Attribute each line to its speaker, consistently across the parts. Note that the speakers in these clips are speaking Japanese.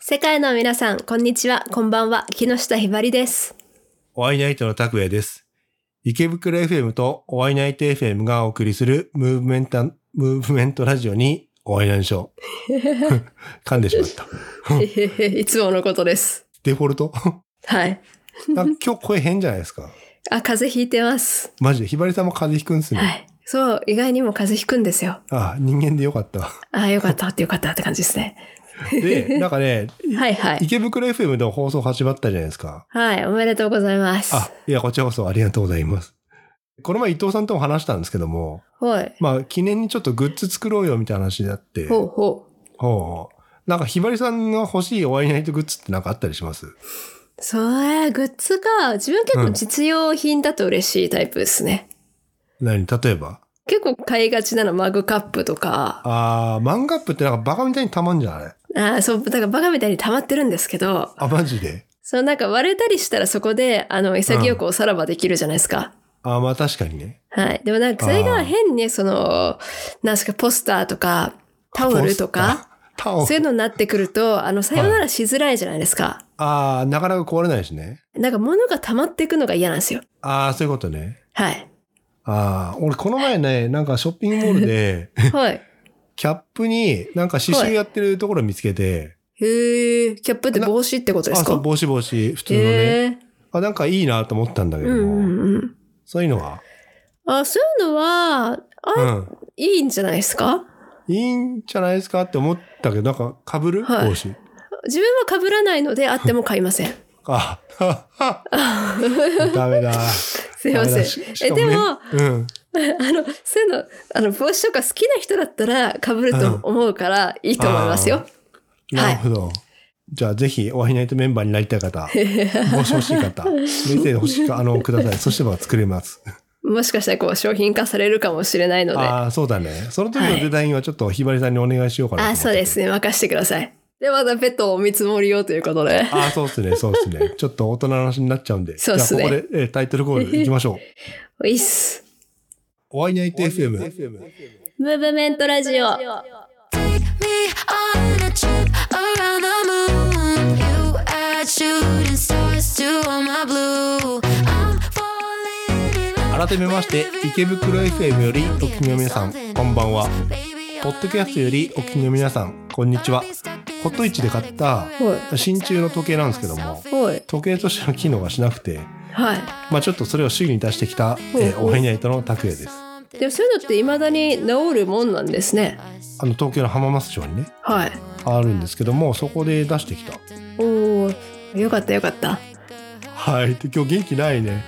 Speaker 1: 世界の皆さん、こんにちは、こんばんは、木下ひばりです。
Speaker 2: お会いナイトの拓也です。池袋 FM とお会いナイト FM がお送りするムーブメント、ムーブメントラジオにお会いなんでしょう。 噛んでしまっ た。
Speaker 1: いつものことです。
Speaker 2: デフォルト
Speaker 1: はい。
Speaker 2: なんか今日声変じゃないですか。
Speaker 1: あ、風邪ひいてます。
Speaker 2: マジで。ひばりさんも風邪ひくんですね。
Speaker 1: はい。そう、意外にも風邪ひくんですよ。
Speaker 2: ああ、人間でよかった。
Speaker 1: あ、よかったってよかったって感じですね。
Speaker 2: で、なんかね、
Speaker 1: はいはい。
Speaker 2: 池袋 FM の放送始まったじゃないですか。
Speaker 1: はい、おめでとうございます。
Speaker 2: あ、いや、こちらこそありがとうございます。この前伊藤さんとも話したんですけども、
Speaker 1: はい。
Speaker 2: まあ、記念にちょっとグッズ作ろうよみたいな話になって、
Speaker 1: ほうほう。
Speaker 2: ほうなんかひばりさんが欲しいお会いナイトグッズってなんかあったりします
Speaker 1: それ、グッズか。自分結
Speaker 2: う
Speaker 1: 構
Speaker 2: ん
Speaker 1: 実用品だと嬉しいタイプですね。
Speaker 2: 何例えば
Speaker 1: 結構買いがちなのマグカップとか。
Speaker 2: あー、漫画ップってなんかバカみたいにたまんじゃんあれ。
Speaker 1: あそう、だからバカみたいに溜まってるんですけど、
Speaker 2: あ、マジで。
Speaker 1: そうなんか割れたりしたらそこで、あの、潔くおさらばできるじゃないですか。
Speaker 2: あー、まあ確かにね。
Speaker 1: はい。でもなんかそれ
Speaker 2: あ
Speaker 1: が
Speaker 2: ー
Speaker 1: 変にその、なんすか、ポスターとか、タオルとか、
Speaker 2: タオ
Speaker 1: そういう
Speaker 2: ル。
Speaker 1: のになってくると、あの、さよならしづらいじゃないですか。
Speaker 2: あー、なかなか壊れないしね。
Speaker 1: なんか物が溜まっていくのが嫌なんですよ。
Speaker 2: あー、そういうことね。
Speaker 1: はい。
Speaker 2: あー、俺この前ね、なんかショッピングモー ルで、
Speaker 1: はい。
Speaker 2: キャップになんか刺繍やってるところを見つけて、
Speaker 1: へえ、キャップって帽子ってことで
Speaker 2: あ、
Speaker 1: す
Speaker 2: そう、
Speaker 1: か
Speaker 2: 帽子帽子、普通のね。
Speaker 1: へえ。
Speaker 2: あ、なんかいいなと思ったんだけ
Speaker 1: う
Speaker 2: ど
Speaker 1: ん
Speaker 2: も、
Speaker 1: うんうん。
Speaker 2: そういうのは、
Speaker 1: あ、そういうのは、
Speaker 2: う
Speaker 1: あ、
Speaker 2: ん。
Speaker 1: いいんじゃないですか
Speaker 2: いいんじゃないですかって思ったけど、なんか被る、
Speaker 1: はい
Speaker 2: 帽子。
Speaker 1: 自分は被らないのであっても買いません。
Speaker 2: あ、 ダメだ。
Speaker 1: すいません。え、でも、
Speaker 2: え、でも、うん。
Speaker 1: あの、そういうの、あの、帽子とか好きな人だったら被ると思うから、いいと思いますよ。
Speaker 2: なるほど。じゃあ、ぜひ、おはイナイトメンバーになりた い方、帽子欲しい方、メッセージ欲しいか、あの、ください。そしてば作れます。
Speaker 1: もしかしたら、こう、商品化されるかもしれないので。あ
Speaker 2: ああ、そうだね。その時のデザインはちょっとひばりさんにお願いしようかなと思
Speaker 1: あ、
Speaker 2: って
Speaker 1: そうですね。任してください。で、またペットをお見積もりよということで。
Speaker 2: ああ、そうですね、そうですね。ちょっと大人の話になっちゃうんで。
Speaker 1: そうっすね
Speaker 2: じゃあ、ここで、えータイトルコ ールいきましょう。
Speaker 1: いいっす。
Speaker 2: おはイナイト FM。
Speaker 1: ムーブメントラジオ。
Speaker 3: Take me on a trip around the moon. You add shooting stars to all my blue. I'm falling in love
Speaker 2: 改めまして、池袋 FM よりお聞きの皆さん、こんばんは。
Speaker 3: Baby,
Speaker 2: ポッドキャストよりお聞きの皆さん、こんにちは。ホットイチで買った
Speaker 1: は
Speaker 2: 真鍮の時計なんですけども、
Speaker 1: はい。
Speaker 2: 時計としての機能がしなくて、
Speaker 1: は
Speaker 2: まあちょっとそれを主義に出してきた、
Speaker 1: うん
Speaker 2: えー、オハイナイトの拓也です。
Speaker 1: い。でも、そういうのって未だに治るもんなんですね。
Speaker 2: あの、東京の浜松町にね、
Speaker 1: はい。
Speaker 2: あるんですけども、そこで出してきた。
Speaker 1: おお、よかったよかった。
Speaker 2: はい。で今日元気ないね。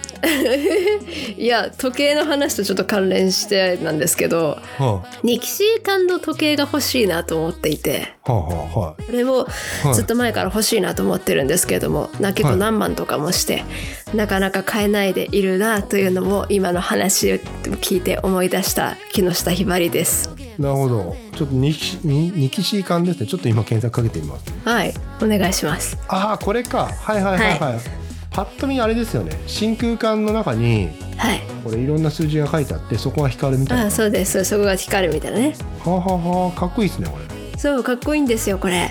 Speaker 1: いや、時計の話とちょっと関連してなんですけど、
Speaker 2: は
Speaker 1: ニキシー缶の時計が欲しいなと思っていて。
Speaker 2: あ、はあ、はあ、はい。
Speaker 1: これを
Speaker 2: はい
Speaker 1: ずっと前から欲しいなと思ってるんですけども、な結構
Speaker 2: はい
Speaker 1: 何万とかもして、なかなか買えないでいるなというのも今の話を聞いて思い出した木下ひばりです
Speaker 2: なるほど。ちょっとニキニニキシー缶ですね。ちょっと今検索かけてみます。
Speaker 1: はいお願いします
Speaker 2: ああ、これか。はいはいはいはい。パッと見あれですよね。真空管の中に、
Speaker 1: はい
Speaker 2: これいろんな数字が書いてあって、そこが光るみたい
Speaker 1: あ
Speaker 2: な。
Speaker 1: あそうですそこが光るみたいなね
Speaker 2: はあ、はあはあ、かっこいいですね、これ。
Speaker 1: そうかっこいいんですよこれ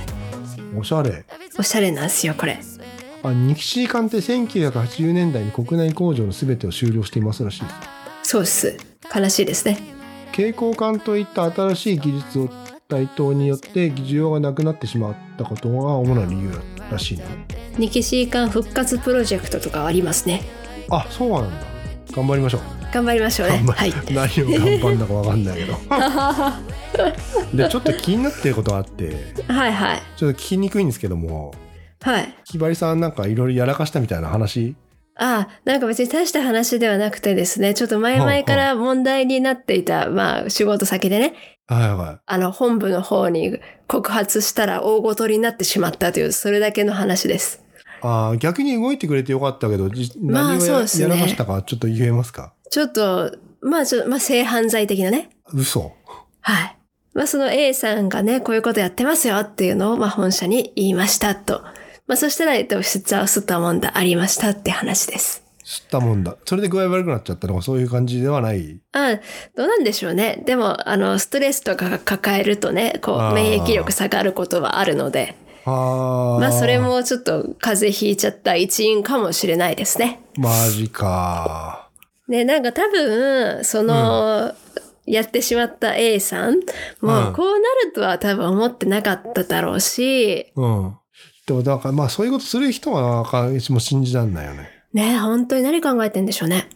Speaker 2: おしゃれ。
Speaker 1: おしゃれなんですよこれ
Speaker 2: あ、ニキシー缶って1980年代に国内工場の全てを終了していますらしいです。
Speaker 1: そうっす悲しいですね
Speaker 2: 蛍光管といった新しい技術を台頭によって需要がなくなってしまったことが主な理由らしいね。
Speaker 1: ニキシー缶復活プロジェクトとかありますね
Speaker 2: あ、そうなんだ。頑張りましょう。
Speaker 1: 頑張りましょうね
Speaker 2: 頑張
Speaker 1: はい
Speaker 2: 何を頑張んだかわかんないけど でちょっと気になってることがあって
Speaker 1: はいはい
Speaker 2: ちょっと聞きにくいんですけども
Speaker 1: はい
Speaker 2: ひばりさんなんかいろいろやらかしたみたいな話
Speaker 1: ああ、なんか別に大した話ではなくてですね、ちょっと前々から問題になっていた、まあ仕事先でね、
Speaker 2: はいは
Speaker 1: あの本部の方に告発したら大ごとになってしまったという、それだけの話です。
Speaker 2: いあー逆に動いてくれてよかったけどじ
Speaker 1: まあ
Speaker 2: 何をや,、
Speaker 1: そうですね
Speaker 2: らかしたかちょっと言えますか
Speaker 1: ちょっと、まあちょ、まあ性犯罪的なね。
Speaker 2: 嘘
Speaker 1: はい。まあその A さんがね、こういうことやってますよっていうのを、まあ本社に言いましたと。まあそしたら、えっと、出張すったもんだありましたって話です。
Speaker 2: 知ったもんだそれで具合悪くなっちゃったのかそういう感じではない
Speaker 1: あどうなんでしょうね。でも、あの、ストレスとかが抱えるとね、こ
Speaker 2: あ
Speaker 1: う、
Speaker 2: ー
Speaker 1: 免疫力下がることはあるので、
Speaker 2: はあ。
Speaker 1: まあそれ。もちょっと風邪ひいちゃった一因かもしれないですね。
Speaker 2: マジか。
Speaker 1: ね、なんか多分、その、やってしまった A さんも
Speaker 2: うん
Speaker 1: うこうなるとは多分思ってなかっただろうし、
Speaker 2: うん。でも、だから、まあ、そういうことする人は、なんか、いつも信じらんないよね。
Speaker 1: ね、本当に何考えてんでしょうね。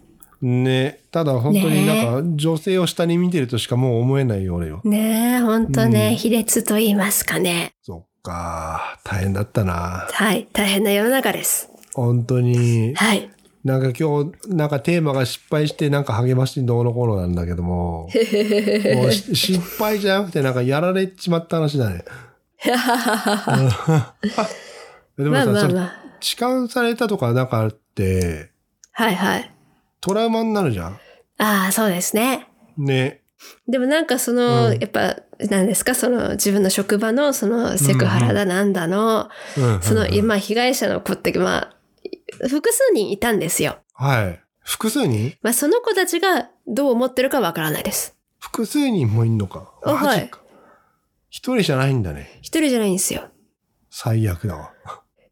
Speaker 2: ね。ただ、本当に
Speaker 1: ね
Speaker 2: なんか、女性を下に見てるとしかもう思えないよ、俺よ。
Speaker 1: ねえ、本当ね、
Speaker 2: うん
Speaker 1: 卑劣と言いますかね。
Speaker 2: そっか。大変だったな。
Speaker 1: はい、大変な世の中です。
Speaker 2: 本当に。
Speaker 1: はい。
Speaker 2: なんか今日、なんかテーマが失敗して、なんか励ましどうのこうのなんだけども。もうし失敗じゃなくて、なんかやられちまった話だね。でも
Speaker 1: まあ
Speaker 2: さ、
Speaker 1: まあ
Speaker 2: それ
Speaker 1: まあ。
Speaker 2: 痴漢されたとかなんかあって、
Speaker 1: はいはい。
Speaker 2: トラウマになるじゃん。
Speaker 1: ああ、そうですね。
Speaker 2: ね。
Speaker 1: でもなんかその、
Speaker 2: うん
Speaker 1: やっぱ、何ですか、その自分の職場のそのセクハラだなんだの、
Speaker 2: うん
Speaker 1: その、
Speaker 2: うんうん
Speaker 1: 今被害者の子って、まあ、複数人いたんですよ。
Speaker 2: はい。複数人
Speaker 1: まあ、その子たちがどう思ってるかわからないです。
Speaker 2: 複数人もいんのか。
Speaker 1: あはい
Speaker 2: マジか。一人じゃないんだね。
Speaker 1: 一人じゃないんですよ。
Speaker 2: 最悪だわ。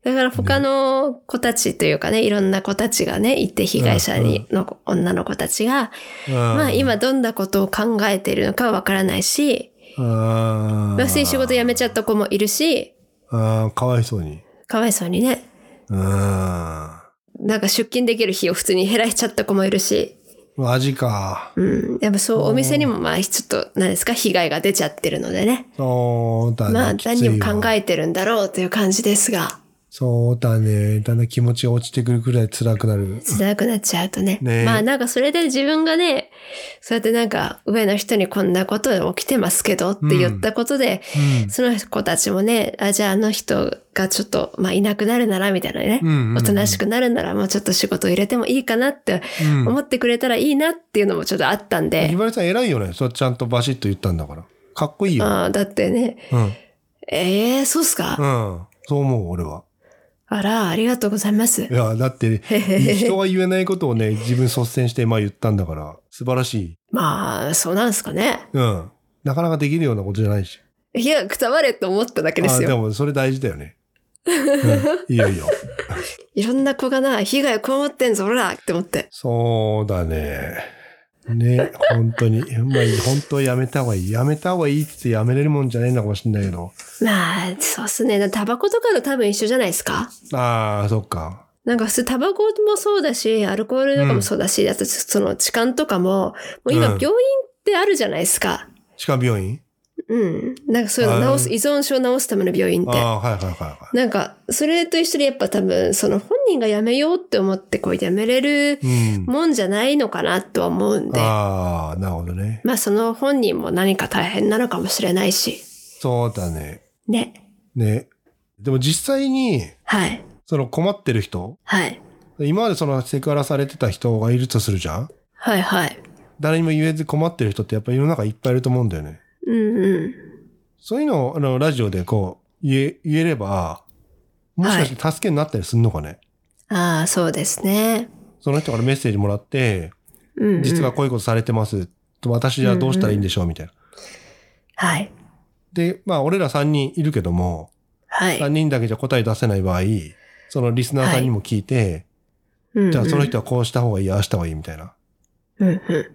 Speaker 1: だから他の子たちというかね、いろんな子たちがね、いて被害者に、の女の子たちが、ま
Speaker 2: ま
Speaker 1: あ今どんなことを考えているのかわからないし、まあ普通に仕事辞めちゃった子もいるし、
Speaker 2: あーかわいそうに。
Speaker 1: かわいそうにね、
Speaker 2: うん。マ
Speaker 1: なんか出勤できる日を普通に減らしちゃった子もいるし、
Speaker 2: ジか。
Speaker 1: うん。やっぱそう、
Speaker 2: おー
Speaker 1: お店にもまあちょっと、何ですか、被害が出ちゃってるのでね。
Speaker 2: そうだね。
Speaker 1: まあ
Speaker 2: きつい
Speaker 1: 何を
Speaker 2: わ
Speaker 1: 考えてるんだろうという感じですが、
Speaker 2: そうだね。だんだん気持ちが落ちてくるくらい辛くなる。
Speaker 1: 辛くなっちゃうとね。
Speaker 2: ねえ
Speaker 1: まあなんかそれで自分がね、そうやってなんか上の人にこんなこと起きてますけどって言ったことで、
Speaker 2: うん
Speaker 1: その子たちもね、あ、じゃああの人がちょっと、まあいなくなるならみたいなね、
Speaker 2: うんうんうん
Speaker 1: おとなしくなるならもうちょっと仕事入れてもいいかなって
Speaker 2: うん
Speaker 1: 思ってくれたらいいなっていうのもちょっとあったん
Speaker 2: ひ
Speaker 1: で、
Speaker 2: ばりさん偉いよね。そうちゃんとバシッと言ったんだから。かっこいいよ。
Speaker 1: ああだってね、
Speaker 2: うん。うん。
Speaker 1: ええそうっすか、
Speaker 2: そう思う、俺は。
Speaker 1: あら、ありがとうございます
Speaker 2: い。や、だ って、人が言えないことをね、自分率先して、まあ言ったんだから、素晴らしい。
Speaker 1: まあ、そうなんですかね。
Speaker 2: うん。なかなかできるようなことじゃないし。
Speaker 1: いや、くたばれと思っただけで
Speaker 2: あ
Speaker 1: す
Speaker 2: で
Speaker 1: よ。
Speaker 2: も、それ大事だよね。うん、いいよいいよ。
Speaker 1: いろんな子がな、被害こもってんぞ、ほらって思って。
Speaker 2: そうだね。ね、本当に。まあ、本当はやめた方がいい。やめた方がいいって言ってやめれるもんじゃないのかもしれないけど。
Speaker 1: まあ、そうっすね。タバコとかと多分一緒じゃないですか
Speaker 2: ああ、そっか。
Speaker 1: なんか普通タバコもそうだし、アルコールとかもそうだし、あとその痴漢とかも、もう今
Speaker 2: うん
Speaker 1: 病院ってあるじゃないですか。
Speaker 2: 歯科病院
Speaker 1: うん。なんかそういうの治す、依存症を治すための病院って
Speaker 2: あ。あ、はいはいはいは
Speaker 1: なんか、それと一緒にやっぱ多分、その本人が辞めようって思ってこう辞めれる
Speaker 2: い。うん。
Speaker 1: もんじゃないのかなとは思うんで、
Speaker 2: ああ、なるほどね。
Speaker 1: まあその本人も何か大変なのかもしれないし、
Speaker 2: そうだね。
Speaker 1: ね。
Speaker 2: ね。でも実際に、
Speaker 1: はい。
Speaker 2: その困ってる人、
Speaker 1: はい。
Speaker 2: 今までそのセクハラされてた人がいるとするじゃん
Speaker 1: はいはい。
Speaker 2: 誰にも言えず困ってる人ってやっぱ世の中いっぱいいると思うんだよね。
Speaker 1: うんうん。
Speaker 2: そういうのを、あの、ラジオでこう、言え、言えれば、もしかして助けになったりするのかね、
Speaker 1: ああ、そうですね。
Speaker 2: その人からメッセージもらって、
Speaker 1: うん、うん。
Speaker 2: 実はこういうことされてます。私じゃあどうしたらいいんでしょうみたいな。
Speaker 1: はい。
Speaker 2: で、まあ、俺ら3人いるけども、
Speaker 1: はい。
Speaker 2: 3人だけじゃ答え出せない場合、そのリスナーさんにも聞いて、
Speaker 1: うんうん
Speaker 2: じゃあその人はこうした方がいい、ああした方がいいみたいな。
Speaker 1: うんう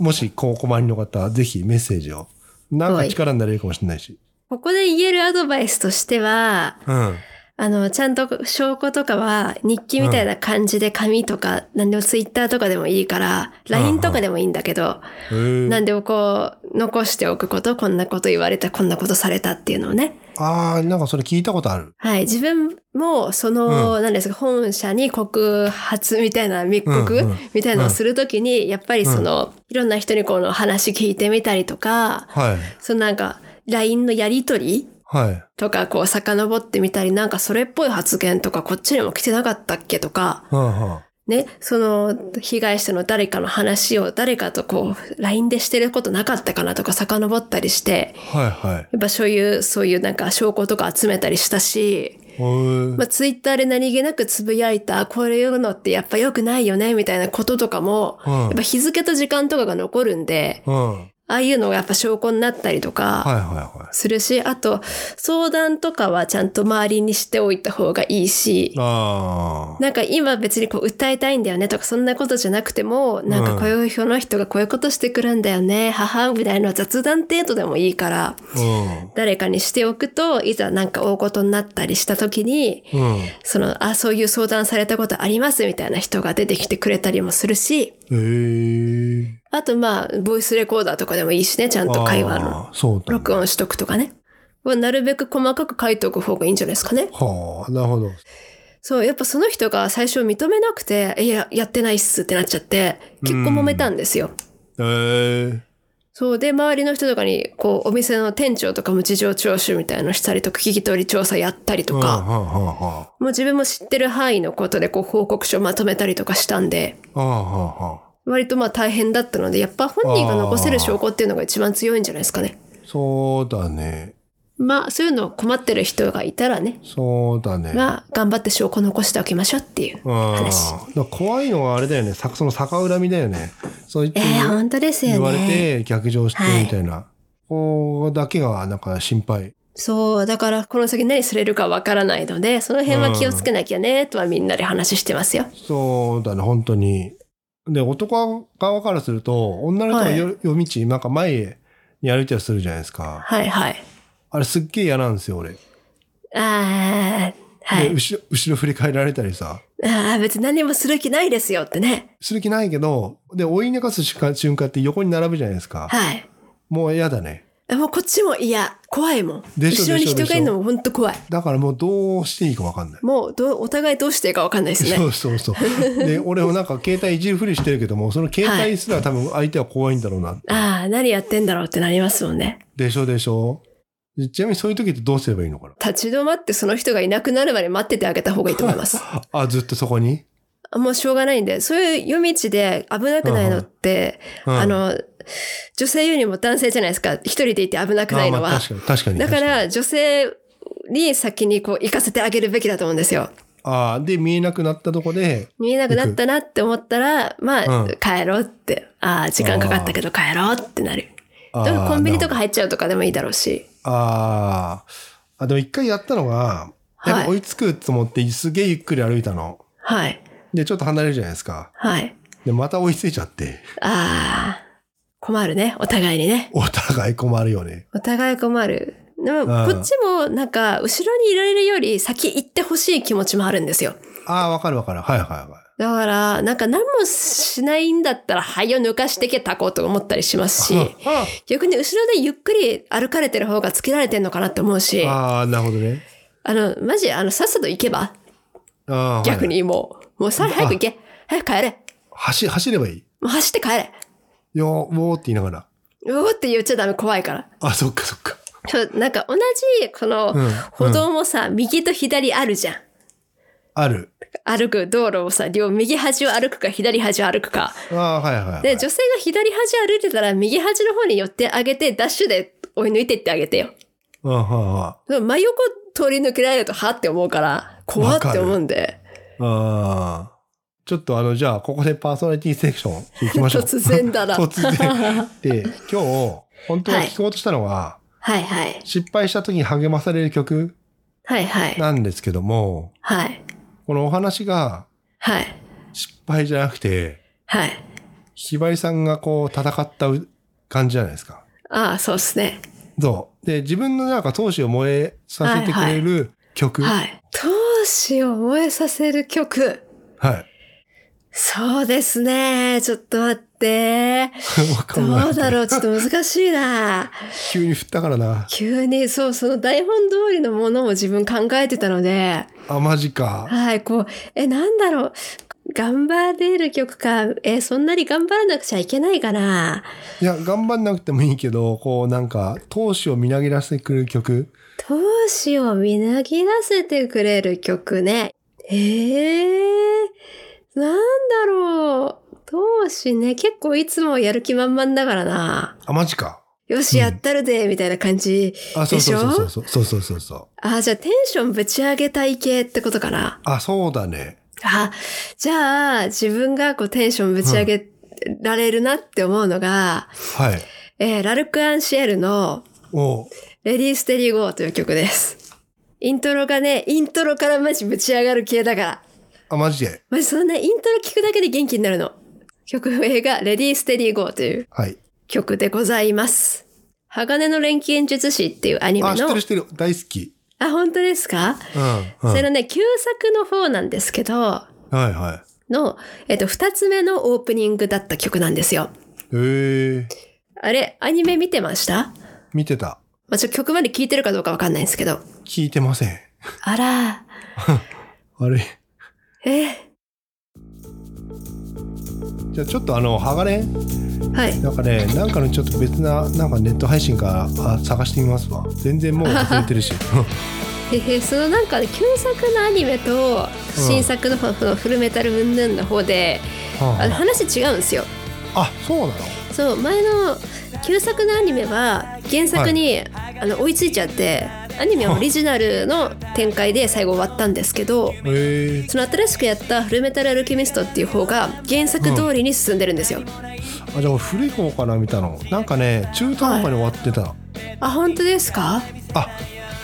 Speaker 1: ん。
Speaker 2: もし、こう、お困りの方、ぜひメッセージを。なんか力になれるかもしれないし。
Speaker 1: ここで言えるアドバイスとしては、
Speaker 2: うん。
Speaker 1: あの、ちゃんと証拠とかは日記みたいな感じで紙とか、何でもツイッターとかでもいいから、LINE とかでもいいんだけど、
Speaker 2: へー
Speaker 1: 何でもこう、残しておくこと、こんなこと言われた、こんなことされたっていうのをね。
Speaker 2: ああ、なんかそれ聞いたことある。
Speaker 1: はい。自分も、その、
Speaker 2: う
Speaker 1: 何ですか、本社に告発みたいな、密告、
Speaker 2: うんうん
Speaker 1: みたいなのをするときに、やっぱりその、いろんな人にこの話聞いてみたりとか、
Speaker 2: はい。
Speaker 1: そのなんか、LINE のやりとり
Speaker 2: はい。
Speaker 1: とかこう遡ってみたりなんかそれっぽい発言とかこっちにも来てなかったっけとか
Speaker 2: はあ、は
Speaker 1: ねその被害者の誰かの話を誰かとこう LINE でしてることなかったかなとか遡ったりして
Speaker 2: あ、はいはい。
Speaker 1: やっぱそういうそういうなんか証拠とか集めたりしたし、
Speaker 2: へー
Speaker 1: まあ、ツイッターで何気なくつぶやいたこういうのってやっぱ良くないよねみたいなこととかも
Speaker 2: うん
Speaker 1: やっぱ日付と時間とかが残るんで
Speaker 2: うん。
Speaker 1: ああいうのがやっぱ証拠になったりと
Speaker 2: はい
Speaker 1: か
Speaker 2: はいはい。
Speaker 1: するし、あと、相談とかはちゃんと周りにしておいた方がいいし、
Speaker 2: ああ。
Speaker 1: なんか今別にこう訴えたいんだよねとかそんなことじゃなくても、なんかこういう人の人がこういうことしてくるんだよね、母みたいな雑談程度でもいいから、
Speaker 2: うん。
Speaker 1: 誰かにしておくと、いざなんか大事になったりした時に、
Speaker 2: うん。へ
Speaker 1: その、あ、そういう相談されたことありますみたいな人が出てきてくれたりもするし、
Speaker 2: えー。
Speaker 1: あとまあ、ボイスレコーダーとかでもいいしね、ちゃんと会話の
Speaker 2: あーそうだ、ね。
Speaker 1: 録音しとくとかね。はなるべく細かく書いておく方がいいんじゃないですかね。
Speaker 2: はあ、なるほど。
Speaker 1: そう、やっぱその人が最初認めなくて、いや、やってないっすってなっちゃって、結構揉めたんですよ。
Speaker 2: えー。
Speaker 1: そうで、周りの人とかに、こう、お店の店長とかも事情聴取みたいのしたりとか、聞き取り調査やったりと
Speaker 2: うん
Speaker 1: か、
Speaker 2: はあはあはあ。
Speaker 1: もう自分も知ってる範囲のことで、こう、報告書まとめたりとかしたんで、
Speaker 2: ああはあはあ。
Speaker 1: 割とまあ大変だったので、やっぱ本人が残せる証拠っていうのが一番強いんじゃないですかね。
Speaker 2: そうだね。
Speaker 1: まあ、そういうのを困ってる人がいたらね、
Speaker 2: そうだね。
Speaker 1: まあ、頑張って証拠残しておきましょうっていう。
Speaker 2: うん。だ
Speaker 1: 話
Speaker 2: から怖いのはあれだよね。さその逆恨みだよね。そう言って
Speaker 1: えー、本当ですよ
Speaker 2: 言われ
Speaker 1: ね。
Speaker 2: て逆上してみたいな。ここだけがなんか心配。
Speaker 1: そう、だからこの先何されるかわからないので、その辺は気をつけなきゃね、とはみんなで話してますよ。
Speaker 2: そうだね、本当に。で、男側からすると、女の人がよ夜道、なんか前に歩いたりするじゃないですか。
Speaker 1: はいはい。
Speaker 2: あれすっげえ嫌なんですよ、俺。
Speaker 1: あー、は
Speaker 2: で
Speaker 1: い。
Speaker 2: 後ろ、後ろ振り返られたりさ。
Speaker 1: あー、別に何もする気ないですよってね。
Speaker 2: する気ないけど、で、追い抜かす瞬間瞬間って横に並ぶじゃないですか。
Speaker 1: はい。
Speaker 2: もう嫌だね。
Speaker 1: もうこっちも嫌。怖いもん。
Speaker 2: でしょ
Speaker 1: 後ろに
Speaker 2: でしょ
Speaker 1: 人
Speaker 2: でしょ
Speaker 1: がいるのも本当怖い。
Speaker 2: だからもうどうしていいかわかんない。
Speaker 1: もうどう、お互いどうしていいかわかんないです
Speaker 2: そ
Speaker 1: ね。
Speaker 2: うそうそう。で、 俺もなんか携帯いじるふりしてるけども、その携帯すら多分相手は怖いんだろうな。
Speaker 1: ああ、何やってんだろうってなりますもんね。
Speaker 2: でしょでしょちなみにそういう時ってどうすればいいのかな
Speaker 1: 立ち止まってその人がいなくなるまで待っててあげた方がいいと思い ます。
Speaker 2: あ、ずっとそこに、
Speaker 1: もうしょうがないんで、そういう夜道で危なくないのって、
Speaker 2: うん
Speaker 1: あ、の、女性よりも男性じゃないですか。一人でいて危なくないの
Speaker 2: あま
Speaker 1: は
Speaker 2: あ、。確かに、確かに。
Speaker 1: だか
Speaker 2: 確に、
Speaker 1: ら女性に先にこう行かせてあげるべきだと思うんですよ。
Speaker 2: あーで、見えなくなったとこで、
Speaker 1: 見えなくなったなって思ったら、まあ、
Speaker 2: うん
Speaker 1: 帰ろうって。ああ、時間かかったけど帰ろうってなる。
Speaker 2: あー
Speaker 1: だからコンビニとか
Speaker 2: なる
Speaker 1: 入っちゃうとかでもいいだろうし。
Speaker 2: ほどあーあ、でも一回やったのが、
Speaker 1: はい
Speaker 2: やっぱ追いつくと思って、すげえゆっくり歩いたの。
Speaker 1: はい。
Speaker 2: で、ちょっと離れるじゃないですか。
Speaker 1: はい。
Speaker 2: で、また追いついちゃって、
Speaker 1: ああ、困るね。お互いにね。
Speaker 2: お互い困るよね。
Speaker 1: お互い困る。でも、
Speaker 2: ん
Speaker 1: こっちも、なんか、後ろにいられるより先行ってほしい気持ちもあるんですよ。
Speaker 2: ああ、わかるわかる。はいはいはい。
Speaker 1: だから、なんか何もしないんだったら、灰を抜かしてけたこと思ったりしますし、逆に後ろでゆっくり歩かれてる方がつけられてんのかなって思うし、あ
Speaker 2: ああ、なるほどね。
Speaker 1: の、マジ、あの、さっさと行けば、
Speaker 2: あー
Speaker 1: 逆。
Speaker 2: はい
Speaker 1: にもう、もうさ、早く行け。早く帰れ。
Speaker 2: 走、走ればいい。
Speaker 1: もう走って帰れ。
Speaker 2: よー、もーって言いながら。
Speaker 1: うおーって言っちゃダメ、怖いから。
Speaker 2: あ、そっかそっか。
Speaker 1: ちょなんか同じ、この
Speaker 2: うんうん、
Speaker 1: 歩道もさ、右と左あるじゃん。
Speaker 2: ある。
Speaker 1: 歩く道路をさ、両右端を歩くか左端を歩くか。
Speaker 2: ああ、はいはい、はい。
Speaker 1: で、女性が左端歩いてたら右端の方に寄ってあげて、ダッシュで追い抜いてってあげてよ。
Speaker 2: うんうんうん
Speaker 1: でも真横通り抜けられると、はって思うから、怖って思うんで、
Speaker 2: ああ。ちょっとあの、じゃあ、ここでパーソナリティセクション行きましょう。
Speaker 1: 突然だな。は
Speaker 2: 突然。 で、今日、本当は聞こうとしたのは、
Speaker 1: いはい。
Speaker 2: 失敗した時に励まされる曲
Speaker 1: はいはい。
Speaker 2: なんですけども、
Speaker 1: はい。
Speaker 2: このお話が
Speaker 1: はい。
Speaker 2: 失敗じゃなくて、
Speaker 1: はい。
Speaker 2: ひばりさんがこう戦ったう感じじゃないですか。
Speaker 1: ああ、そうですね。
Speaker 2: そう。で、自分のなんか闘志を燃えさせてくれる曲。はい、
Speaker 1: はい。闘志を燃えさせる曲。そうですね。ちょっと待って。
Speaker 2: わか
Speaker 1: ど
Speaker 2: んないう
Speaker 1: だろうちょっと難しいな。
Speaker 2: 急に振ったからな。
Speaker 1: 急に、そう、その台本通りのものを自分考えてたので、
Speaker 2: あ、マジか。
Speaker 1: はい、こう、え、なんだろう。頑張れる曲か、え、そんなに頑張らなくちゃいけないかな。
Speaker 2: いや、頑張んなくてもいいけど、こうなんか、闘志をみなぎらせてくれる曲。
Speaker 1: 闘志をみなぎらせてくれる曲ね。ええなんだろう。闘志ね、結構いつもやる気満々だからな。
Speaker 2: あ、マジか。
Speaker 1: よし、
Speaker 2: うん
Speaker 1: やったるで、みたいな感じ。
Speaker 2: あ、そう
Speaker 1: でし
Speaker 2: そう
Speaker 1: ょ
Speaker 2: そうそうそうそうそうそう。
Speaker 1: あ、じゃあテンションぶち上げたい系ってことかな。
Speaker 2: あ、そうだね。
Speaker 1: あ、じゃあ、自分がこうテンションぶち上げられるなって思うのが、
Speaker 2: はい。
Speaker 1: えーラルク・アンシエルの
Speaker 2: おう
Speaker 1: レディーステリーゴーという曲です。イントロがね、イントロからマジぶち上がる系だから。
Speaker 2: あ、マジで。
Speaker 1: マジそのね、イントロ聞くだけで元気になるの。曲名がレディーステリーゴーという
Speaker 2: はい。
Speaker 1: 曲でございます。鋼の錬金術師っていうアニメ
Speaker 2: あ、知っ
Speaker 1: の
Speaker 2: てる知ってる。大好き。
Speaker 1: あ本当ですか、
Speaker 2: うん。うん、
Speaker 1: それ
Speaker 2: は
Speaker 1: のね、旧作の方なんですけど、
Speaker 2: いはい。
Speaker 1: の、えっと、二つ目のオープニングだった曲なんですよ。
Speaker 2: へえ。
Speaker 1: あれ、アニメ見てました
Speaker 2: 見てた。
Speaker 1: まあ、ちょ、曲まで聴いてるかどうかわかんないんですけど。
Speaker 2: 聞いてません。
Speaker 1: あら、
Speaker 2: あれ。
Speaker 1: え
Speaker 2: じゃあちょっとあの、鋼
Speaker 1: はい。
Speaker 2: なんかね、なんかのちょっと別な、なんかネット配信からあ探してみますわ。全然もう忘れ てるし。
Speaker 1: へへ、そのなんか、ね、旧作のアニメと、新作の方、そのフルメタルムンヌンの方で、あの
Speaker 2: あ
Speaker 1: 話違うんですよ。
Speaker 2: あ、そうなの
Speaker 1: そう、前の旧作のアニメは、原作に、あの、追いついちゃって、アニメはオリジナルの展開で最後終わったんですけど、
Speaker 2: へえ。
Speaker 1: その新しくやった「フルメタル・アルキミスト」っていう方が原作通りに進んでるんですよ。
Speaker 2: あ、じゃあ俺古い方から見たの。なんかね、中途半端に終わってた。
Speaker 1: あ本当ですか
Speaker 2: あ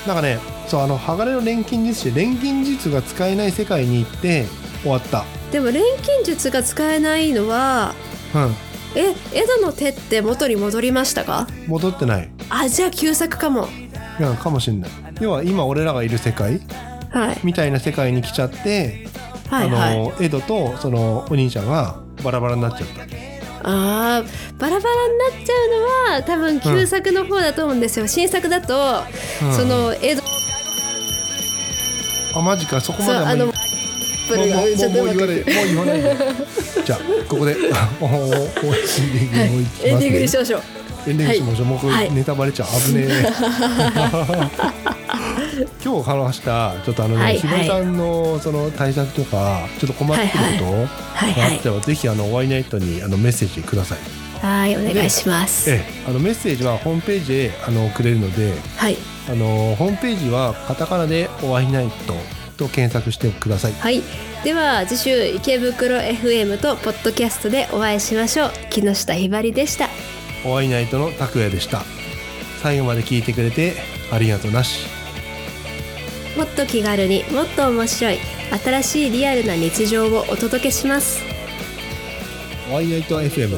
Speaker 2: なんかねそうあの鋼の錬金術師錬金術が使えない世界に行って終わった
Speaker 1: でも錬金術が使えないのは
Speaker 2: う
Speaker 1: え江戸の手って元に戻りましたか
Speaker 2: ん戻ってない
Speaker 1: あじゃあ旧作かも。
Speaker 2: うんかもしんない要は今俺らがいる世界
Speaker 1: はい
Speaker 2: みたいな世界に来ちゃって、
Speaker 1: はいはい。
Speaker 2: あのエドとそのお兄ちゃんがバラバラになっちゃった
Speaker 1: あーバラバラになっちゃうのは多分旧作の方だと思うんですよ。新作だと、
Speaker 2: うん
Speaker 1: その江戸
Speaker 2: あマジかそこま
Speaker 1: そう
Speaker 2: で
Speaker 1: あ
Speaker 2: は
Speaker 1: の
Speaker 2: もう
Speaker 1: プ
Speaker 2: もう
Speaker 1: ル
Speaker 2: も
Speaker 1: が
Speaker 2: う
Speaker 1: ちょっ
Speaker 2: もう
Speaker 1: とうま
Speaker 2: 言
Speaker 1: く
Speaker 2: われもう言わないでじゃあここでおおおおシーリングもう行きます、ね
Speaker 1: エンディングにしましょう。
Speaker 2: エンディングしましょう、もうこ
Speaker 1: は
Speaker 2: れ
Speaker 1: い
Speaker 2: ネタバレちゃう危 ねえ、今日話したちょっとあのね、
Speaker 1: はい
Speaker 2: ひばりさんのその対策とかちょっと困ってることがあ
Speaker 1: はいはい
Speaker 2: っ。たら、ぜひあのワイナイトにあのメッセージください、
Speaker 1: はいお願いします。
Speaker 2: ええあのメッセージはホームページへあのくれるので
Speaker 1: はい
Speaker 2: あのホームページはカタカナで「ワイナイト」と検索してください
Speaker 1: はい。では次週池袋 FM とポッドキャストでお会いしましょう。木下ひばりでした。
Speaker 2: 「ワイナイト」の拓也でした最後まで聞いてくれてありがとうなし
Speaker 1: もっと気軽にもっと面白い新しいリアルな日常をお届けします。
Speaker 2: 「ワイナイト FM」